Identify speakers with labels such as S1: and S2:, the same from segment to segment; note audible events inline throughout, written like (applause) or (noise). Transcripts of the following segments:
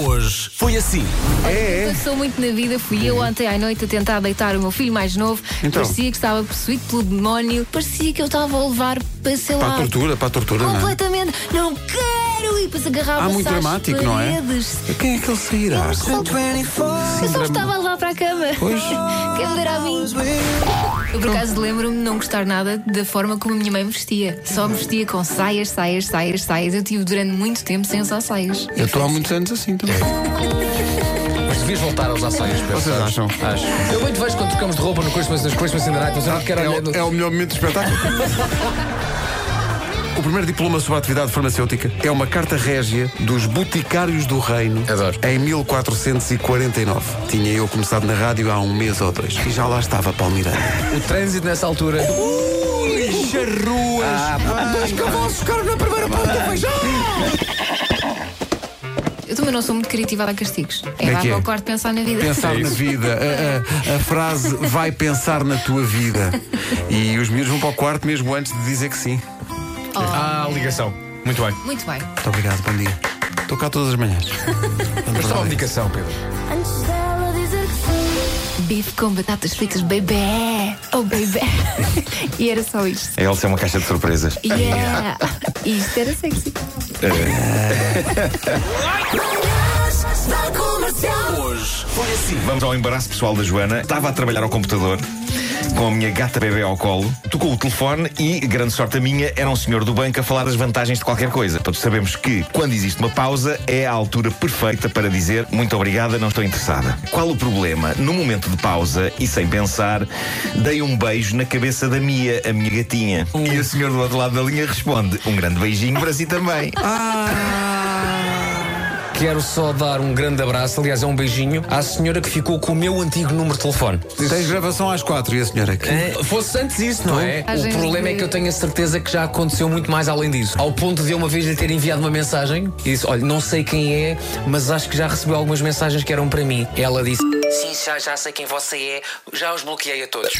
S1: hoje foi assim.
S2: Eu sou muito na vida, fui eu ontem à noite a tentar deitar o meu filho mais novo.
S1: Uhum. Então?
S2: Parecia que estava possuído pelo demónio, parecia que eu estava a levar para, sei
S1: Para a
S2: lá,
S1: tortura, para a tortura, não é?
S2: completamente. Não quero! E depois
S1: Ah,
S2: agarrava-se
S1: muito
S2: às
S1: dramático, não é?
S2: paredes.
S1: Quem é que ele sairá?
S2: Eu só estava a levar para a cama.
S1: Pois.
S2: Quem me dera a mim. Eu, por acaso, lembro-me de não gostar nada da forma como a minha mãe me vestia. Só me vestia com saias, saias, saias, saias. Eu tive durante muito tempo sem usar saias.
S1: Eu estou há muitos anos assim também.
S2: É.
S3: Mas devias voltar aos açaias, Pedro.
S1: Vocês
S3: sabes?
S1: acham?
S3: Acho. Eu bem te vejo quando trocamos de roupa no Christmas, nos Christmas in the Night, mas
S2: Ah,
S3: eu não quero olhar. no-
S1: É, o- é o melhor momento do
S2: (laughs)
S1: espetáculo. O primeiro diploma sobre a atividade farmacêutica é uma carta régia dos Boticários do Reino
S3: Adoro.
S1: em 1449. Tinha eu começado na rádio há um mês ou dois e já lá estava Palmeirante.
S3: O É trânsito nessa altura.
S1: Charruas! dois cavalos ficaram na primeira ponta do feijão!
S2: Eu também não sou muito criativa a dar castigos. É
S1: é
S2: lá
S1: que é?
S2: para o quarto pensar na vida.
S1: Pensar na vida. A, a- a frase vai pensar na tua vida. E os miúdos vão para o quarto mesmo antes de dizer que sim.
S4: Ah, ligação. Muito bem.
S2: (laughs) Muito bem.
S1: Muito obrigado, bom dia. Estou cá todas as manhãs.
S3: Mas está uma indicação, Pedro.
S5: Antes dela dizer que sim.
S2: Bife com batatas fritas, bebê! Oh, bebê! (laughs) e era só isto.
S4: A Elsa é uma caixa de surpresas.
S2: Yeah! isto era sexy.
S4: É.
S5: Manhãs da comercial.
S4: Vamos ao embaraço pessoal da Joana. Estava a trabalhar ao computador com a minha gata bebê ao colo. Tocou o telefone e, grande sorte a minha, era um senhor do banco a falar das vantagens de qualquer coisa. Todos sabemos que, quando existe uma pausa, é a altura perfeita para dizer muito obrigada, não estou interessada. Qual o problema? No momento de pausa e sem pensar, dei um beijo na cabeça da Mia, a minha gatinha. E o senhor do outro lado da linha responde: um grande beijinho para si também.
S1: Ah!
S3: Quero só dar um grande abraço, aliás, é um beijinho, à senhora que ficou com o meu antigo número de telefone.
S1: Tens gravação às quatro e a senhora aqui.
S3: É, Fosse antes isso, não é?
S2: Às
S3: O
S2: vezes
S3: problema
S2: de-
S3: é que eu tenho a certeza que já aconteceu muito mais além disso. Ao ponto de eu uma vez lhe ter enviado uma mensagem e disse: Olha, não sei quem é, mas acho que já recebeu algumas mensagens que eram para mim. Ela disse: Sim, já, já sei quem você é, já os bloqueei a todos.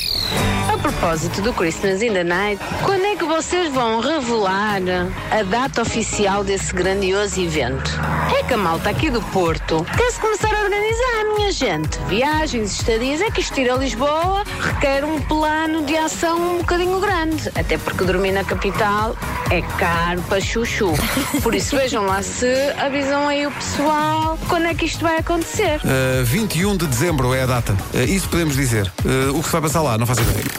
S6: A propósito do Christmas in the Night, quando é que vocês vão revelar a data oficial desse grandioso evento? É que a malta aqui do Porto tem-se começar a organizar, minha gente. Viagens, estadias, é que isto ir a Lisboa requer um plano de ação um bocadinho grande. Até porque dormir na capital é caro para chuchu. Por isso vejam lá se avisam aí o pessoal quando é que isto vai acontecer.
S1: Uh, 21 de dezembro é a data. Uh, isso podemos dizer. Uh, o que se vai passar lá, não faço ideia.